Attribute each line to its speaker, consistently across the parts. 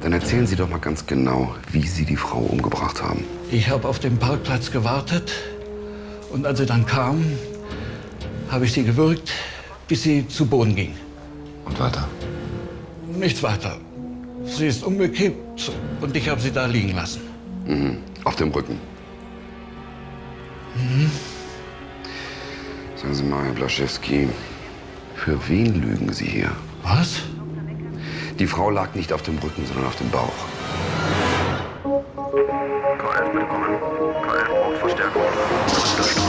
Speaker 1: Dann erzählen Sie doch mal ganz genau, wie Sie die Frau umgebracht haben.
Speaker 2: Ich habe auf dem Parkplatz gewartet und als sie dann kam, habe ich sie gewürgt, bis sie zu Boden ging.
Speaker 1: Und weiter.
Speaker 2: Nichts weiter. Sie ist umgekippt und ich habe sie da liegen lassen.
Speaker 1: Mhm. Auf dem Rücken.
Speaker 2: Mhm.
Speaker 1: Sagen Sie mal, Herr Blaschewski, für wen lügen Sie hier?
Speaker 2: Was?
Speaker 1: Die Frau lag nicht auf dem Rücken, sondern auf dem Bauch.
Speaker 3: K11 bitte kommen. K11 braucht Verstärkung.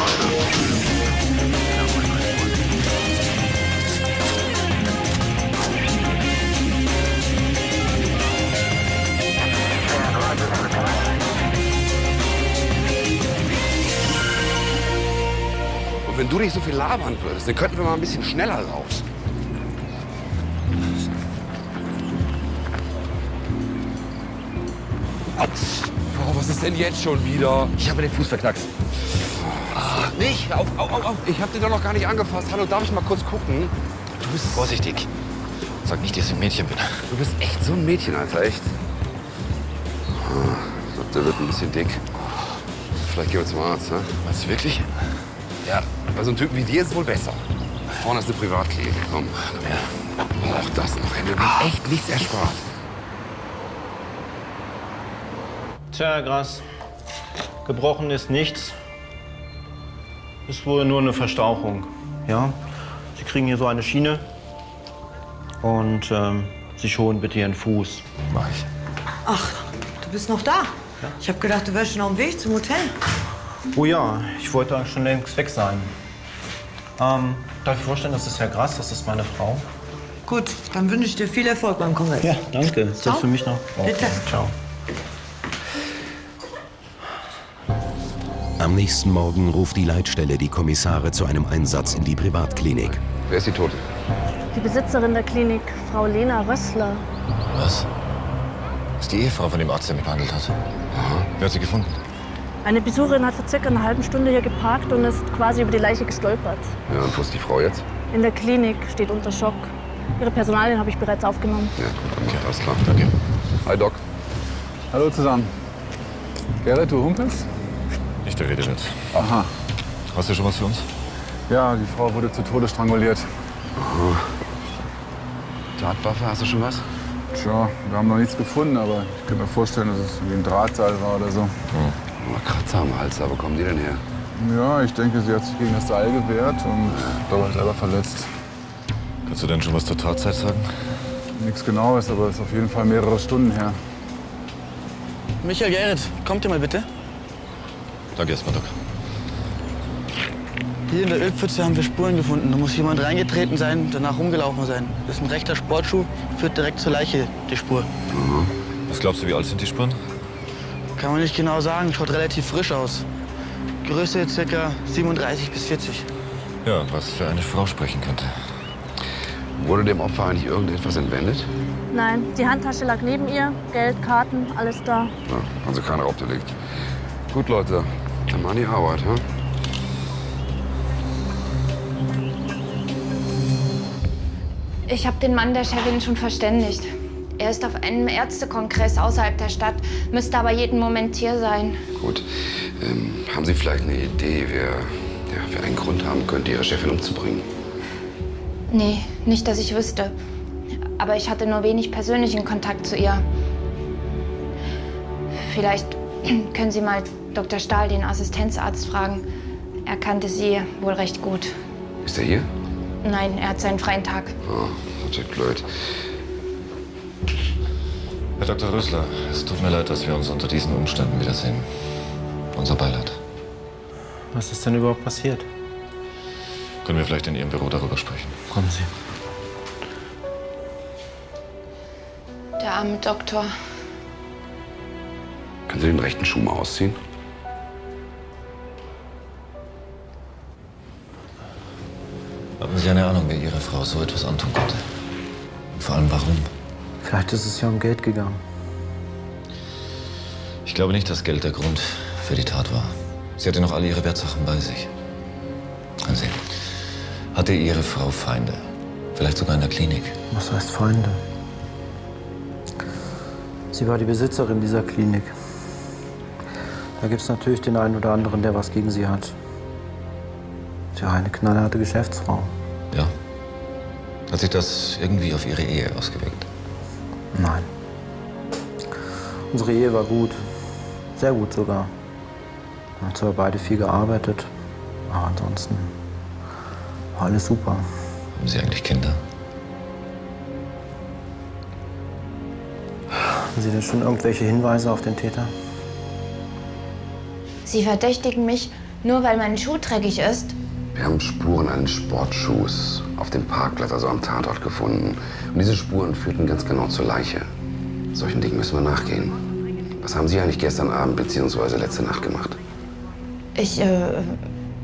Speaker 1: Und wenn du nicht so viel labern würdest, dann könnten wir mal ein bisschen schneller raus.
Speaker 4: Oh, was ist denn jetzt schon wieder?
Speaker 1: Ich habe den Fuß verknackst. Ah,
Speaker 4: Ach, nicht? Auf, auf, auf, auf.
Speaker 1: Ich habe den doch noch gar nicht angefasst. Hallo, darf ich mal kurz gucken?
Speaker 4: Du bist vorsichtig. Sag nicht, dass ich ein Mädchen bin.
Speaker 1: Du bist echt so ein Mädchen, Alter, echt. Ich glaub, der wird ein bisschen dick. Vielleicht gehen wir zum Arzt, ne?
Speaker 4: Meinst du wirklich?
Speaker 1: Ja, bei so einem Typen wie dir ist es wohl besser. Vorne ist eine Privatklinik. Komm, komm her. Auch das noch. Ey, Mir bleibt echt nichts erspart.
Speaker 5: Tja, Gras. Gebrochen ist nichts. Ist wohl nur eine Verstauchung. Ja? Sie kriegen hier so eine Schiene. Und ähm, Sie schonen bitte Ihren Fuß.
Speaker 4: Mach ich.
Speaker 6: Ach, du bist noch da. Ich habe gedacht, du wärst schon auf dem Weg zum Hotel.
Speaker 5: Oh ja, ich wollte eigentlich schon längst weg sein. Ähm, darf ich vorstellen, das ist Herr Gras, das ist meine Frau.
Speaker 6: Gut, dann wünsche ich dir viel Erfolg beim Kongress.
Speaker 5: danke. Ist
Speaker 6: Ciao.
Speaker 5: das für mich noch?
Speaker 6: Bitte.
Speaker 5: Ciao.
Speaker 7: Am nächsten Morgen ruft die Leitstelle die Kommissare zu einem Einsatz in die Privatklinik.
Speaker 1: Wer ist die Tote?
Speaker 8: Die Besitzerin der Klinik, Frau Lena Rössler.
Speaker 4: Was? Das ist die Ehefrau von dem Arzt, der mich behandelt hat. Wer hat sie gefunden?
Speaker 8: Eine Besucherin hat vor circa einer halben Stunde hier geparkt und ist quasi über die Leiche gestolpert.
Speaker 1: Ja, und wo ist die Frau jetzt?
Speaker 8: In der Klinik steht unter Schock. Ihre Personalien habe ich bereits aufgenommen.
Speaker 1: Ja, gut, dann okay. alles klar. Danke. Hi, Doc.
Speaker 9: Hallo zusammen. Gerrit, du humpelst?
Speaker 4: Nicht der Rede wert.
Speaker 9: Aha.
Speaker 4: Hast du schon was für uns?
Speaker 9: Ja, die Frau wurde zu Tode stranguliert.
Speaker 1: Tatwaffe, hast du schon was?
Speaker 9: Tja, wir haben noch nichts gefunden, aber ich könnte mir vorstellen, dass es wie ein Drahtseil war oder so.
Speaker 1: Mal Oh, Kratzer am Hals, aber kommen die denn her?
Speaker 9: Ja, ich denke, sie hat sich gegen das Seil gewehrt und dabei selber verletzt.
Speaker 4: Kannst du denn schon was zur Tatzeit sagen?
Speaker 9: Nichts genaues, aber es ist auf jeden Fall mehrere Stunden her.
Speaker 10: Michael Gerrit, kommt ihr mal bitte?
Speaker 4: Danke erstmal, Doc.
Speaker 10: Hier in der Ölpfütze haben wir Spuren gefunden. Da muss jemand reingetreten sein, danach rumgelaufen sein. Das ist ein rechter Sportschuh, führt direkt zur Leiche, die Spur.
Speaker 4: Mhm. Was glaubst du, wie alt sind die Spuren?
Speaker 10: Kann man nicht genau sagen, schaut relativ frisch aus. Größe ca. 37 bis 40.
Speaker 4: Ja, was für eine Frau sprechen könnte.
Speaker 1: Wurde dem Opfer eigentlich irgendetwas entwendet?
Speaker 8: Nein, die Handtasche lag neben ihr. Geld, Karten, alles da.
Speaker 1: Ja, also kein Raubdelikt. Gut, Leute, dann mal an die Arbeit, ha?
Speaker 11: Ich habe den Mann der Chefin schon verständigt. Er ist auf einem Ärztekongress außerhalb der Stadt, müsste aber jeden Moment hier sein.
Speaker 1: Gut. Ähm, haben Sie vielleicht eine Idee, wer, ja, wer einen Grund haben könnte, Ihre Chefin umzubringen?
Speaker 11: Nee, nicht, dass ich wüsste. Aber ich hatte nur wenig persönlichen Kontakt zu ihr. Vielleicht können Sie mal Dr. Stahl, den Assistenzarzt, fragen. Er kannte sie wohl recht gut.
Speaker 1: Ist er hier?
Speaker 11: Nein, er hat seinen freien Tag.
Speaker 1: Oh, natürlich blöd.
Speaker 4: Herr Dr. Rösler, es tut mir leid, dass wir uns unter diesen Umständen wiedersehen. Unser Beileid.
Speaker 5: Was ist denn überhaupt passiert?
Speaker 4: Können wir vielleicht in Ihrem Büro darüber sprechen?
Speaker 5: Kommen Sie.
Speaker 11: Der arme Doktor.
Speaker 1: Können Sie den rechten Schuh mal ausziehen?
Speaker 4: Haben Sie eine Ahnung, wie Ihre Frau so etwas antun konnte? Und vor allem warum?
Speaker 10: Vielleicht ist es ja um Geld gegangen.
Speaker 4: Ich glaube nicht, dass Geld der Grund für die Tat war. Sie hatte noch alle ihre Wertsachen bei sich. Ansehen. Hatte Ihre Frau Feinde? Vielleicht sogar in der Klinik?
Speaker 10: Was heißt Freunde?
Speaker 12: Sie war die Besitzerin dieser Klinik. Da gibt es natürlich den einen oder anderen, der was gegen sie hat. Sie war eine knallharte Geschäftsfrau.
Speaker 4: Ja. Hat sich das irgendwie auf Ihre Ehe ausgewirkt?
Speaker 12: Nein. Unsere Ehe war gut. Sehr gut sogar. Wir haben zwar beide viel gearbeitet, aber ansonsten war alles super.
Speaker 4: Haben Sie eigentlich Kinder?
Speaker 12: Haben Sie denn schon irgendwelche Hinweise auf den Täter?
Speaker 11: Sie verdächtigen mich, nur weil mein Schuh dreckig ist.
Speaker 1: Wir haben Spuren eines Sportschuhs auf dem Parkplatz, also am Tatort, gefunden. Und diese Spuren führten ganz genau zur Leiche. Solchen Dingen müssen wir nachgehen. Was haben Sie eigentlich gestern Abend bzw. letzte Nacht gemacht?
Speaker 11: Ich äh,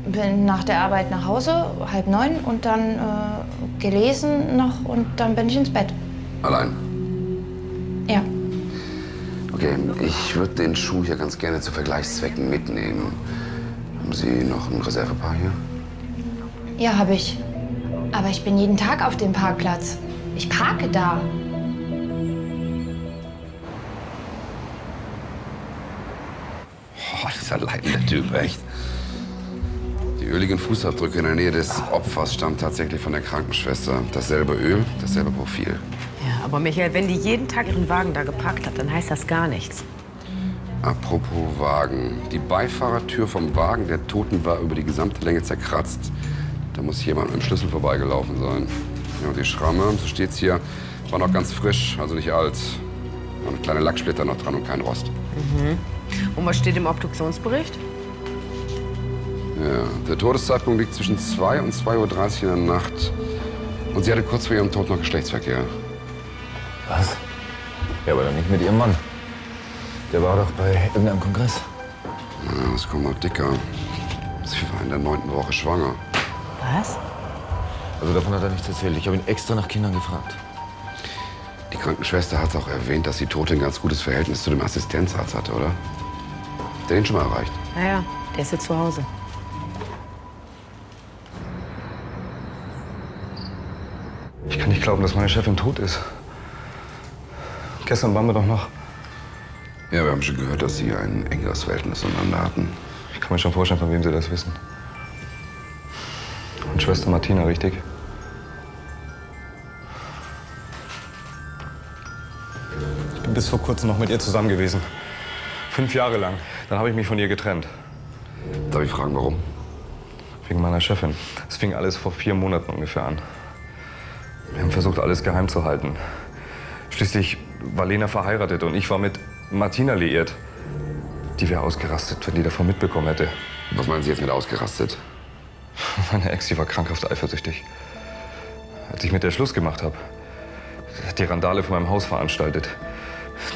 Speaker 11: bin nach der Arbeit nach Hause, halb neun, und dann äh, gelesen noch und dann bin ich ins Bett.
Speaker 1: Allein.
Speaker 11: Ja.
Speaker 1: Okay, ich würde den Schuh hier ganz gerne zu Vergleichszwecken mitnehmen. Haben Sie noch ein Reservepaar hier?
Speaker 11: Ja, habe ich. Aber ich bin jeden Tag auf dem Parkplatz. Ich parke da.
Speaker 1: Oh, dieser leidende Typ, echt. Die öligen Fußabdrücke in der Nähe des Opfers stammen tatsächlich von der Krankenschwester. Dasselbe Öl, dasselbe Profil.
Speaker 13: Ja, aber Michael, wenn die jeden Tag ihren Wagen da geparkt hat, dann heißt das gar nichts.
Speaker 1: Apropos Wagen. Die Beifahrertür vom Wagen der Toten war über die gesamte Länge zerkratzt. Da muss jemand mit dem Schlüssel vorbeigelaufen sein. Ja, und die Schramme, so steht's hier, war noch ganz frisch, also nicht alt. Und kleine Lacksplitter noch dran und kein Rost.
Speaker 13: Mhm. Und was steht im Obduktionsbericht?
Speaker 1: Ja, Äh, der Todeszeitpunkt liegt zwischen 2 und 2.30 Uhr in der Nacht. Und sie hatte kurz vor ihrem Tod noch Geschlechtsverkehr.
Speaker 4: Was? Ja, aber dann nicht mit Ihrem Mann. Der war doch bei irgendeinem Kongress.
Speaker 1: Ja, es kommt noch dicker. Sie war in der neunten Woche schwanger.
Speaker 13: Was?
Speaker 4: Also davon hat er nichts erzählt. Ich habe ihn extra nach Kindern gefragt.
Speaker 1: Die Krankenschwester hat auch erwähnt, dass die Tote ein ganz gutes Verhältnis zu dem Assistenzarzt hatte, oder? Hat er den schon mal erreicht?
Speaker 13: Naja, der ist jetzt zu Hause.
Speaker 14: Ich kann nicht glauben, dass meine Chefin tot ist. Gestern waren wir doch noch.
Speaker 1: Ja, wir haben schon gehört, dass sie ein engeres Verhältnis zueinander hatten.
Speaker 14: Ich kann mir schon vorstellen, von wem Sie das wissen. Und Schwester Martina, richtig? Ich bin bis vor kurzem noch mit ihr zusammen gewesen. Fünf Jahre lang. Dann habe ich mich von ihr getrennt.
Speaker 1: Darf ich fragen, warum?
Speaker 14: Wegen meiner Chefin. Es fing alles vor vier Monaten ungefähr an. Wir haben versucht, alles geheim zu halten. Schließlich war Lena verheiratet und ich war mit Martina liiert. Die wäre ausgerastet, wenn die davon mitbekommen hätte.
Speaker 1: Was meinen Sie jetzt mit ausgerastet?
Speaker 14: Meine Ex, die war krankhaft eifersüchtig. Als ich mit der Schluss gemacht habe, hat die Randale vor meinem Haus veranstaltet.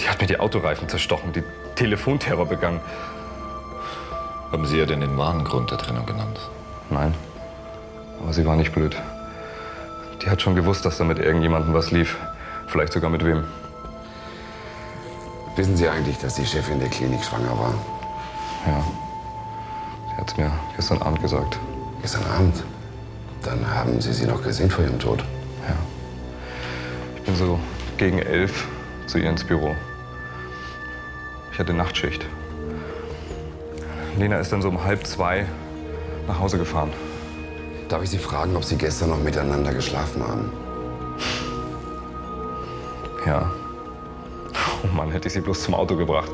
Speaker 14: Die hat mir die Autoreifen zerstochen, die Telefonterror begangen.
Speaker 4: Haben Sie ihr denn den wahren Grund der Trennung genannt?
Speaker 14: Nein. Aber sie war nicht blöd. Die hat schon gewusst, dass da mit irgendjemandem was lief. Vielleicht sogar mit wem.
Speaker 1: Wissen Sie eigentlich, dass die Chefin der Klinik schwanger war?
Speaker 14: Ja. Sie hat es mir gestern Abend gesagt.
Speaker 1: Gestern Abend? Dann haben Sie sie noch gesehen vor ihrem Tod.
Speaker 14: Ja. Ich bin so gegen elf zu ihr ins Büro. Ich hatte Nachtschicht. Lena ist dann so um halb zwei nach Hause gefahren.
Speaker 1: Darf ich Sie fragen, ob Sie gestern noch miteinander geschlafen haben?
Speaker 14: Ja. Oh Mann, hätte ich sie bloß zum Auto gebracht.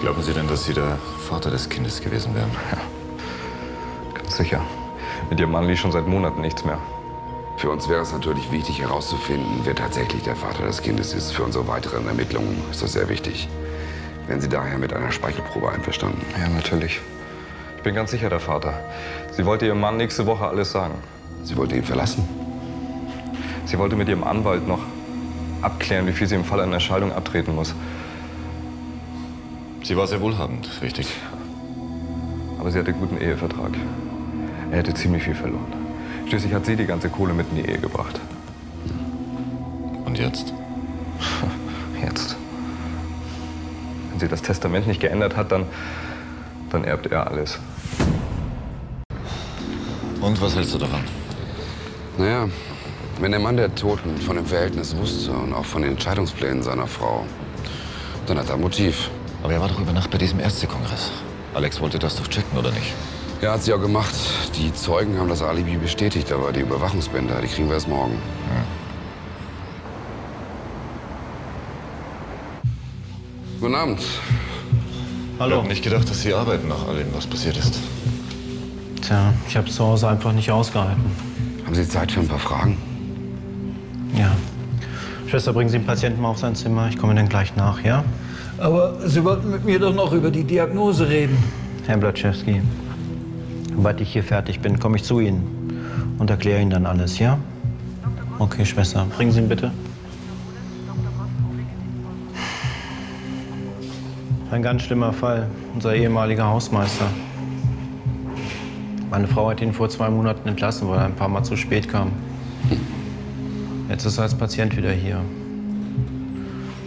Speaker 4: Glauben Sie denn, dass Sie der Vater des Kindes gewesen wären?
Speaker 14: Ja. Ganz sicher. Mit ihrem Mann lief schon seit Monaten nichts mehr.
Speaker 1: Für uns wäre es natürlich wichtig herauszufinden, wer tatsächlich der Vater des Kindes ist. Für unsere weiteren Ermittlungen ist das sehr wichtig. Wären Sie daher mit einer Speichelprobe einverstanden?
Speaker 14: Ja, natürlich. Ich bin ganz sicher der Vater. Sie wollte ihrem Mann nächste Woche alles sagen.
Speaker 1: Sie wollte ihn verlassen?
Speaker 14: Sie wollte mit ihrem Anwalt noch abklären, wie viel sie im Fall einer Scheidung abtreten muss.
Speaker 4: Sie war sehr wohlhabend, richtig.
Speaker 14: Aber sie hatte einen guten Ehevertrag. Er hätte ziemlich viel verloren. Schließlich hat sie die ganze Kohle mit in die Ehe gebracht.
Speaker 4: Und jetzt?
Speaker 14: Jetzt. Wenn sie das Testament nicht geändert hat, dann, dann erbt er alles.
Speaker 4: Und was hältst du davon?
Speaker 1: Naja, Wenn der Mann der Toten von dem Verhältnis wusste und auch von den Entscheidungsplänen seiner Frau, dann hat er ein Motiv.
Speaker 4: Aber er war doch über Nacht bei diesem Ärztekongress. Alex wollte das doch checken, oder nicht?
Speaker 1: Ja, hat sie auch gemacht. Die Zeugen haben das Alibi bestätigt, aber die Überwachungsbänder, die kriegen wir erst morgen. Guten Abend.
Speaker 4: Hallo. Ich hab nicht gedacht, dass Sie arbeiten nach all dem, was passiert ist.
Speaker 5: Tja, ich habe zu Hause einfach nicht ausgehalten.
Speaker 1: Haben Sie Zeit für ein paar Fragen?
Speaker 5: Ja. Schwester, bringen Sie den Patienten mal auf sein Zimmer. Ich komme dann gleich nach, ja?
Speaker 2: Aber Sie wollten mit mir doch noch über die Diagnose reden.
Speaker 5: Herr Blatschewski, sobald ich hier fertig bin, komme ich zu Ihnen und erkläre Ihnen dann alles, ja? Okay, Schwester, bringen Sie ihn bitte. Ein ganz schlimmer Fall. Unser ehemaliger Hausmeister. Meine Frau hat ihn vor zwei Monaten entlassen, weil er ein paar Mal zu spät kam. Jetzt ist er als Patient wieder hier.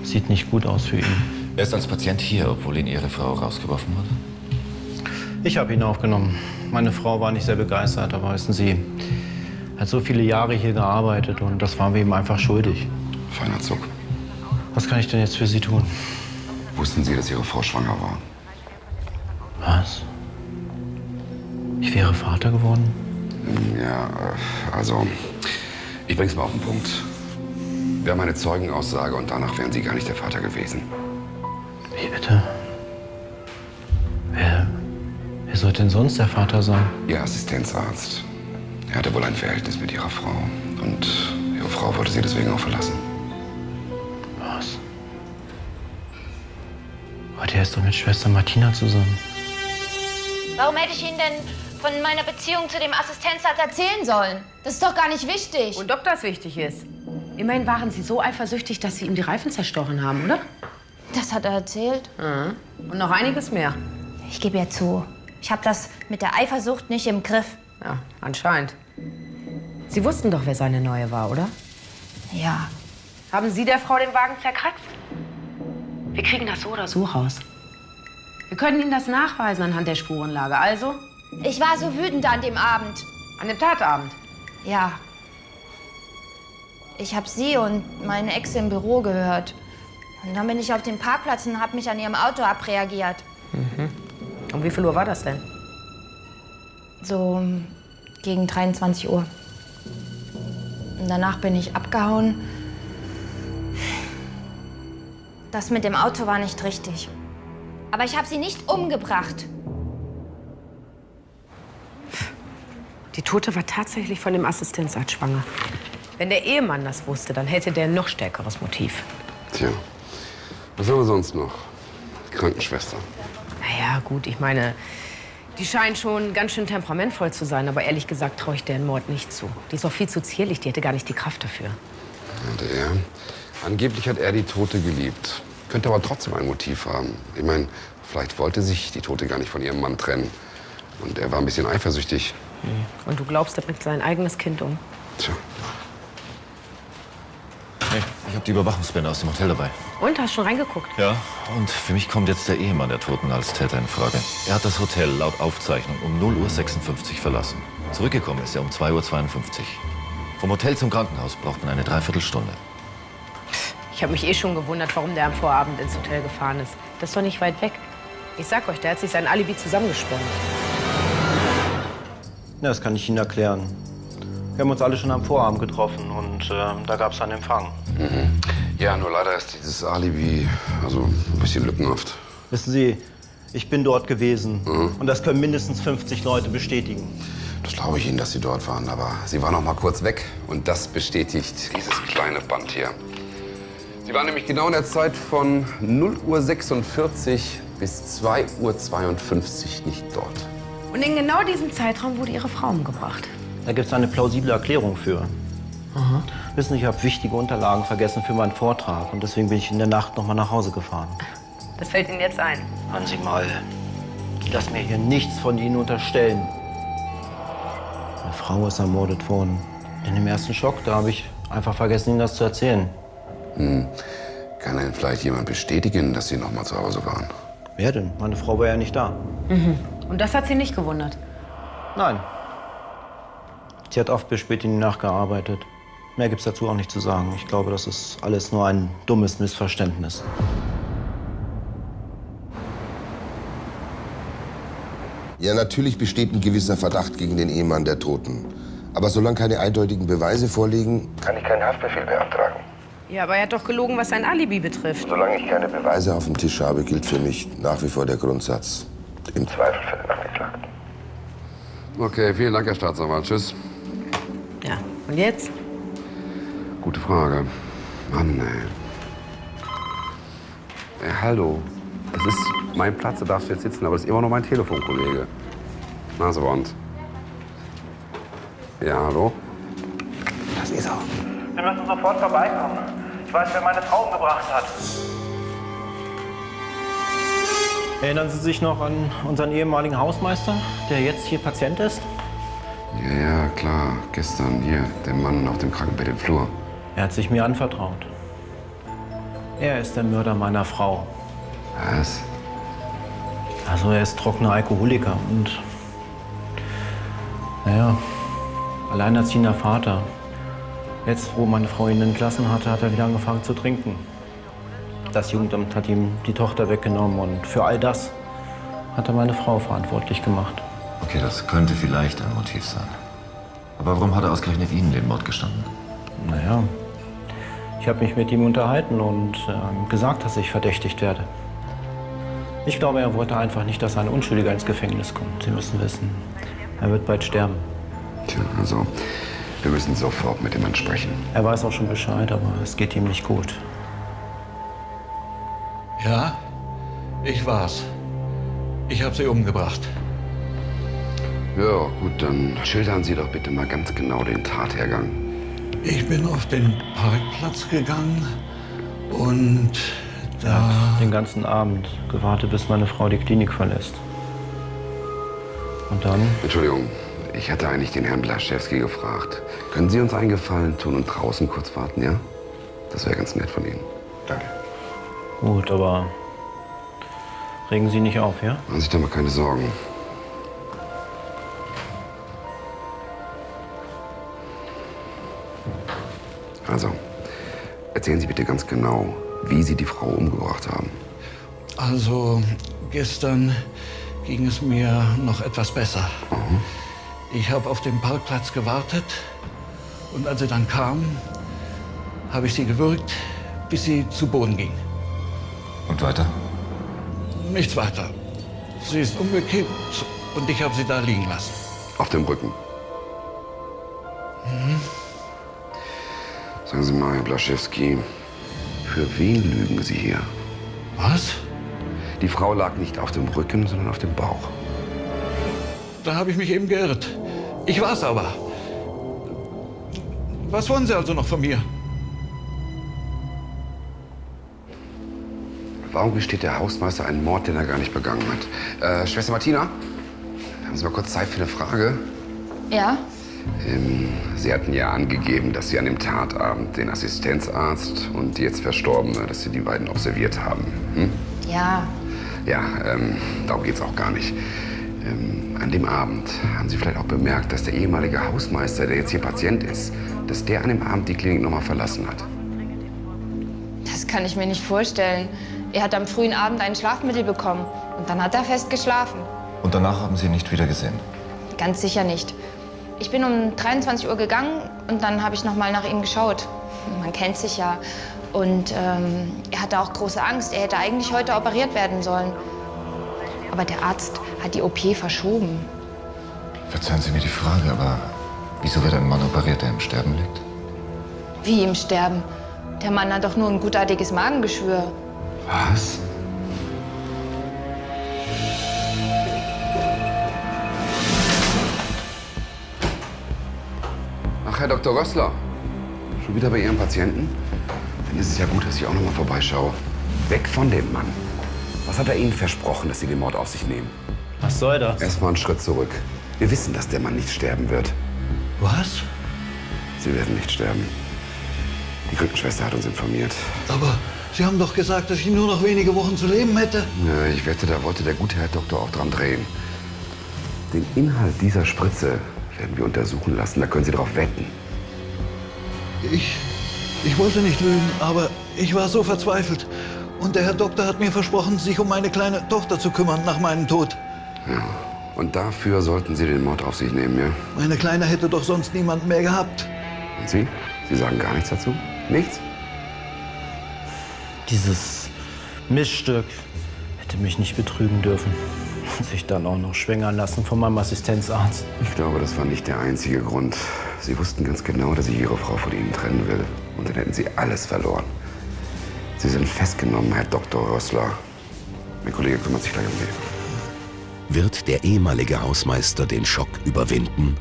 Speaker 5: Sieht nicht gut aus für ihn.
Speaker 4: Er ist als Patient hier, obwohl ihn Ihre Frau rausgeworfen hat.
Speaker 5: Ich habe ihn aufgenommen. Meine Frau war nicht sehr begeistert, aber wissen Sie, er hat so viele Jahre hier gearbeitet und das waren wir ihm einfach schuldig.
Speaker 1: Feiner Zug.
Speaker 5: Was kann ich denn jetzt für Sie tun?
Speaker 1: Wussten Sie, dass Ihre Frau schwanger war?
Speaker 5: Was? Ich wäre Vater geworden?
Speaker 1: Ja, äh, also, ich bring's mal auf den Punkt. Wir haben eine Zeugenaussage und danach wären Sie gar nicht der Vater gewesen.
Speaker 5: Wie bitte? Wer, wer sollte denn sonst der Vater sein?
Speaker 1: Ihr Assistenzarzt. Er hatte wohl ein Verhältnis mit Ihrer Frau. Und Ihre Frau wollte Sie deswegen auch verlassen.
Speaker 5: Was? Aber der ist doch mit Schwester Martina zusammen.
Speaker 11: Warum hätte ich Ihnen denn von meiner Beziehung zu dem Assistenzarzt erzählen sollen? Das ist doch gar nicht wichtig.
Speaker 13: Und ob das wichtig ist? Immerhin waren Sie so eifersüchtig, dass Sie ihm die Reifen zerstochen haben, oder?
Speaker 11: Das hat er erzählt.
Speaker 13: Und noch einiges mehr.
Speaker 11: Ich gebe ja zu. Ich habe das mit der Eifersucht nicht im Griff.
Speaker 13: Ja, anscheinend. Sie wussten doch, wer seine neue war, oder?
Speaker 11: Ja.
Speaker 13: Haben Sie der Frau den Wagen zerkratzt? Wir kriegen das so oder so raus. Wir können Ihnen das nachweisen anhand der Spurenlage. Also?
Speaker 11: Ich war so wütend an dem Abend.
Speaker 13: An dem Tatabend?
Speaker 11: Ja. Ich habe sie und meinen Ex im Büro gehört. Und dann bin ich auf dem Parkplatz und habe mich an ihrem Auto abreagiert.
Speaker 13: Um wie viel Uhr war das denn?
Speaker 11: So gegen 23 Uhr. Und danach bin ich abgehauen. Das mit dem Auto war nicht richtig. Aber ich habe sie nicht umgebracht.
Speaker 13: Die Tote war tatsächlich von dem Assistenzarzt schwanger. Wenn der Ehemann das wusste, dann hätte der ein noch stärkeres Motiv.
Speaker 1: Tja, was haben wir sonst noch? Krankenschwester.
Speaker 13: Naja, gut, ich meine, die scheint schon ganz schön temperamentvoll zu sein, aber ehrlich gesagt traue ich deren Mord nicht zu. Die ist auch viel zu zierlich, die hätte gar nicht die Kraft dafür.
Speaker 1: Und er? Angeblich hat er die Tote geliebt. Könnte aber trotzdem ein Motiv haben. Ich meine, vielleicht wollte sich die Tote gar nicht von ihrem Mann trennen. Und er war ein bisschen eifersüchtig.
Speaker 13: Und du glaubst, er bringt sein eigenes Kind um.
Speaker 1: Tja.
Speaker 4: Hey, ich habe die Überwachungsbänder aus dem Hotel dabei.
Speaker 13: Und hast schon reingeguckt?
Speaker 4: Ja. Und für mich kommt jetzt der Ehemann der Toten als Täter in Frage. Er hat das Hotel laut Aufzeichnung um 0.56 Uhr verlassen. Zurückgekommen ist er um 2.52 Uhr. Vom Hotel zum Krankenhaus braucht man eine Dreiviertelstunde.
Speaker 13: Ich habe mich eh schon gewundert, warum der am Vorabend ins Hotel gefahren ist. Das ist doch nicht weit weg. Ich sag euch, der hat sich sein Alibi zusammengesponnen.
Speaker 5: Ja, das kann ich Ihnen erklären. Wir haben uns alle schon am Vorabend getroffen und äh, da gab es einen Empfang.
Speaker 1: Mhm. Ja, nur leider ist dieses Alibi also ein bisschen lückenhaft.
Speaker 5: Wissen Sie, ich bin dort gewesen und das können mindestens 50 Leute bestätigen.
Speaker 1: Das glaube ich Ihnen, dass Sie dort waren, aber Sie waren noch mal kurz weg und das bestätigt dieses kleine Band hier. Sie waren nämlich genau in der Zeit von 0.46 Uhr bis 2.52 Uhr nicht dort.
Speaker 13: Und in genau diesem Zeitraum wurde ihre Frau umgebracht.
Speaker 5: Da gibt es eine plausible Erklärung für. Wissen Sie, ich habe wichtige Unterlagen vergessen für meinen Vortrag und deswegen bin ich in der Nacht noch mal nach Hause gefahren.
Speaker 13: Das fällt Ihnen jetzt ein.
Speaker 5: Hören Sie mal, lass mir hier nichts von Ihnen unterstellen. Eine Frau ist ermordet worden. In dem ersten Schock, da habe ich einfach vergessen, Ihnen das zu erzählen.
Speaker 1: Hm. Kann denn vielleicht jemand bestätigen, dass Sie noch mal zu Hause waren?
Speaker 5: Wer denn? Meine Frau war ja nicht da.
Speaker 13: Und das hat sie nicht gewundert.
Speaker 5: Nein. Sie hat oft bis spät in die Nacht gearbeitet. Mehr gibt's dazu auch nicht zu sagen. Ich glaube, das ist alles nur ein dummes Missverständnis.
Speaker 15: Ja, natürlich besteht ein gewisser Verdacht gegen den Ehemann der Toten. Aber solange keine eindeutigen Beweise vorliegen, kann ich keinen Haftbefehl beantragen.
Speaker 13: Ja, aber er hat doch gelogen, was sein Alibi betrifft.
Speaker 15: Solange ich keine Beweise auf dem Tisch habe, gilt für mich nach wie vor der Grundsatz. Im Zweifel für den Angeklagten.
Speaker 1: Okay, vielen Dank, Herr Staatsanwalt. Tschüss.
Speaker 13: Ja, und jetzt?
Speaker 1: Gute Frage. Mann, ey. ey hallo. Das ist mein Platz, da darfst du jetzt sitzen, aber das ist immer noch mein Telefonkollege. Naseband. Ja, hallo? Das ist er.
Speaker 11: Sie müssen sofort vorbeikommen. Ich weiß, wer meine Frau umgebracht hat.
Speaker 5: Erinnern Sie sich noch an unseren ehemaligen Hausmeister, der jetzt hier Patient ist?
Speaker 1: Ja, ja, klar. Gestern hier, der Mann auf dem Krankenbett im Flur.
Speaker 5: Er hat sich mir anvertraut. Er ist der Mörder meiner Frau.
Speaker 1: Was?
Speaker 5: Also er ist trockener Alkoholiker und naja, alleinerziehender Vater. Jetzt, wo meine Frau ihn entlassen hatte, hat er wieder angefangen zu trinken. Das Jugendamt hat ihm die Tochter weggenommen und für all das hat er meine Frau verantwortlich gemacht.
Speaker 7: Okay, das könnte vielleicht ein Motiv sein. Aber warum hat er ausgerechnet Ihnen den Mord gestanden?
Speaker 5: Naja, ich habe mich mit ihm unterhalten und ähm, gesagt, dass ich verdächtigt werde. Ich glaube, er wollte einfach nicht, dass ein Unschuldiger ins Gefängnis kommt. Sie müssen wissen, er wird bald sterben.
Speaker 1: Tja, also, wir müssen sofort mit dem Mann sprechen.
Speaker 5: Er weiß auch schon Bescheid, aber es geht ihm nicht gut.
Speaker 2: Ja, ich war's. Ich habe sie umgebracht.
Speaker 1: Ja, gut, dann schildern Sie doch bitte mal ganz genau den Tathergang.
Speaker 2: Ich bin auf den Parkplatz gegangen und da.
Speaker 5: Den ganzen Abend gewartet, bis meine Frau die Klinik verlässt. Und dann?
Speaker 1: Entschuldigung, ich hatte eigentlich den Herrn Blaschewski gefragt. Können Sie uns einen Gefallen tun und draußen kurz warten, ja? Das wäre ganz nett von Ihnen. Danke.
Speaker 5: Gut, aber regen Sie nicht auf, ja?
Speaker 1: Machen Sie sich da mal keine Sorgen. Also, erzählen Sie bitte ganz genau, wie Sie die Frau umgebracht haben.
Speaker 2: Also gestern ging es mir noch etwas besser.
Speaker 1: Mhm.
Speaker 2: Ich habe auf dem Parkplatz gewartet und als sie dann kam, habe ich sie gewürgt, bis sie zu Boden ging.
Speaker 7: Und weiter?
Speaker 2: Nichts weiter. Sie ist umgekippt und ich habe sie da liegen lassen.
Speaker 1: Auf dem Rücken.
Speaker 2: Mhm.
Speaker 1: Sagen Sie mal, Herr Blaschewski, für wen lügen Sie hier?
Speaker 2: Was?
Speaker 1: Die Frau lag nicht auf dem Rücken, sondern auf dem Bauch.
Speaker 2: Da habe ich mich eben geirrt. Ich war's aber. Was wollen Sie also noch von mir?
Speaker 1: Warum gesteht der Hausmeister einen Mord, den er gar nicht begangen hat? Äh, Schwester Martina, haben Sie mal kurz Zeit für eine Frage?
Speaker 14: Ja?
Speaker 1: Ähm, Sie hatten ja angegeben, dass Sie an dem Tatabend den Assistenzarzt und die jetzt Verstorbene, dass Sie die beiden observiert haben. Hm?
Speaker 14: Ja.
Speaker 1: Ja, ähm, darum geht's auch gar nicht. Ähm, an dem Abend haben Sie vielleicht auch bemerkt, dass der ehemalige Hausmeister, der jetzt hier Patient ist, dass der an dem Abend die Klinik nochmal verlassen hat.
Speaker 14: Das kann ich mir nicht vorstellen. Er hat am frühen Abend ein Schlafmittel bekommen und dann hat er fest geschlafen.
Speaker 7: Und danach haben Sie ihn nicht wieder gesehen.
Speaker 14: Ganz sicher nicht. Ich bin um 23 Uhr gegangen und dann habe ich noch mal nach ihm geschaut. Man kennt sich ja. Und ähm, er hatte auch große Angst. Er hätte eigentlich heute operiert werden sollen. Aber der Arzt hat die OP verschoben.
Speaker 7: Verzeihen Sie mir die Frage, aber wieso wird ein Mann operiert, der im Sterben liegt?
Speaker 14: Wie im Sterben. Der Mann hat doch nur ein gutartiges Magengeschwür.
Speaker 1: Was? Ach, Herr Dr. Rössler. Schon wieder bei Ihrem Patienten? Dann ist es ja gut, dass ich auch noch mal vorbeischaue. Weg von dem Mann. Was hat er Ihnen versprochen, dass Sie den Mord auf sich nehmen?
Speaker 5: Was soll das?
Speaker 1: Erstmal einen Schritt zurück. Wir wissen, dass der Mann nicht sterben wird.
Speaker 2: Was?
Speaker 1: Sie werden nicht sterben. Die Krankenschwester hat uns informiert.
Speaker 2: Aber Sie haben doch gesagt, dass ich nur noch wenige Wochen zu leben hätte.
Speaker 1: Ja, ich wette, da wollte der gute Herr Doktor auch dran drehen. Den Inhalt dieser Spritze werden wir untersuchen lassen. Da können Sie drauf wetten.
Speaker 2: Ich, ich wollte nicht lügen, aber ich war so verzweifelt. Und der Herr Doktor hat mir versprochen, sich um meine kleine Tochter zu kümmern nach meinem Tod.
Speaker 1: Ja. Und dafür sollten Sie den Mord auf sich nehmen, ja?
Speaker 2: Meine Kleine hätte doch sonst niemand mehr gehabt.
Speaker 1: Und Sie? Sie sagen gar nichts dazu? Nichts?
Speaker 5: Dieses Missstück hätte mich nicht betrügen dürfen. Und sich dann auch noch schwängern lassen von meinem Assistenzarzt.
Speaker 1: Ich glaube, das war nicht der einzige Grund. Sie wussten ganz genau, dass ich Ihre Frau von Ihnen trennen will. Und dann hätten Sie alles verloren. Sie sind festgenommen, Herr Dr. Rössler. Mein Kollege kümmert sich gleich um Sie.
Speaker 7: Wird der ehemalige Hausmeister den Schock überwinden?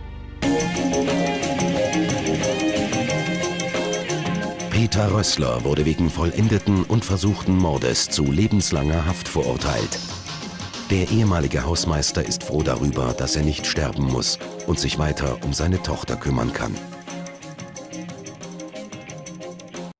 Speaker 7: Peter Rössler wurde wegen vollendeten und versuchten Mordes zu lebenslanger Haft verurteilt. Der ehemalige Hausmeister ist froh darüber, dass er nicht sterben muss und sich weiter um seine Tochter kümmern kann.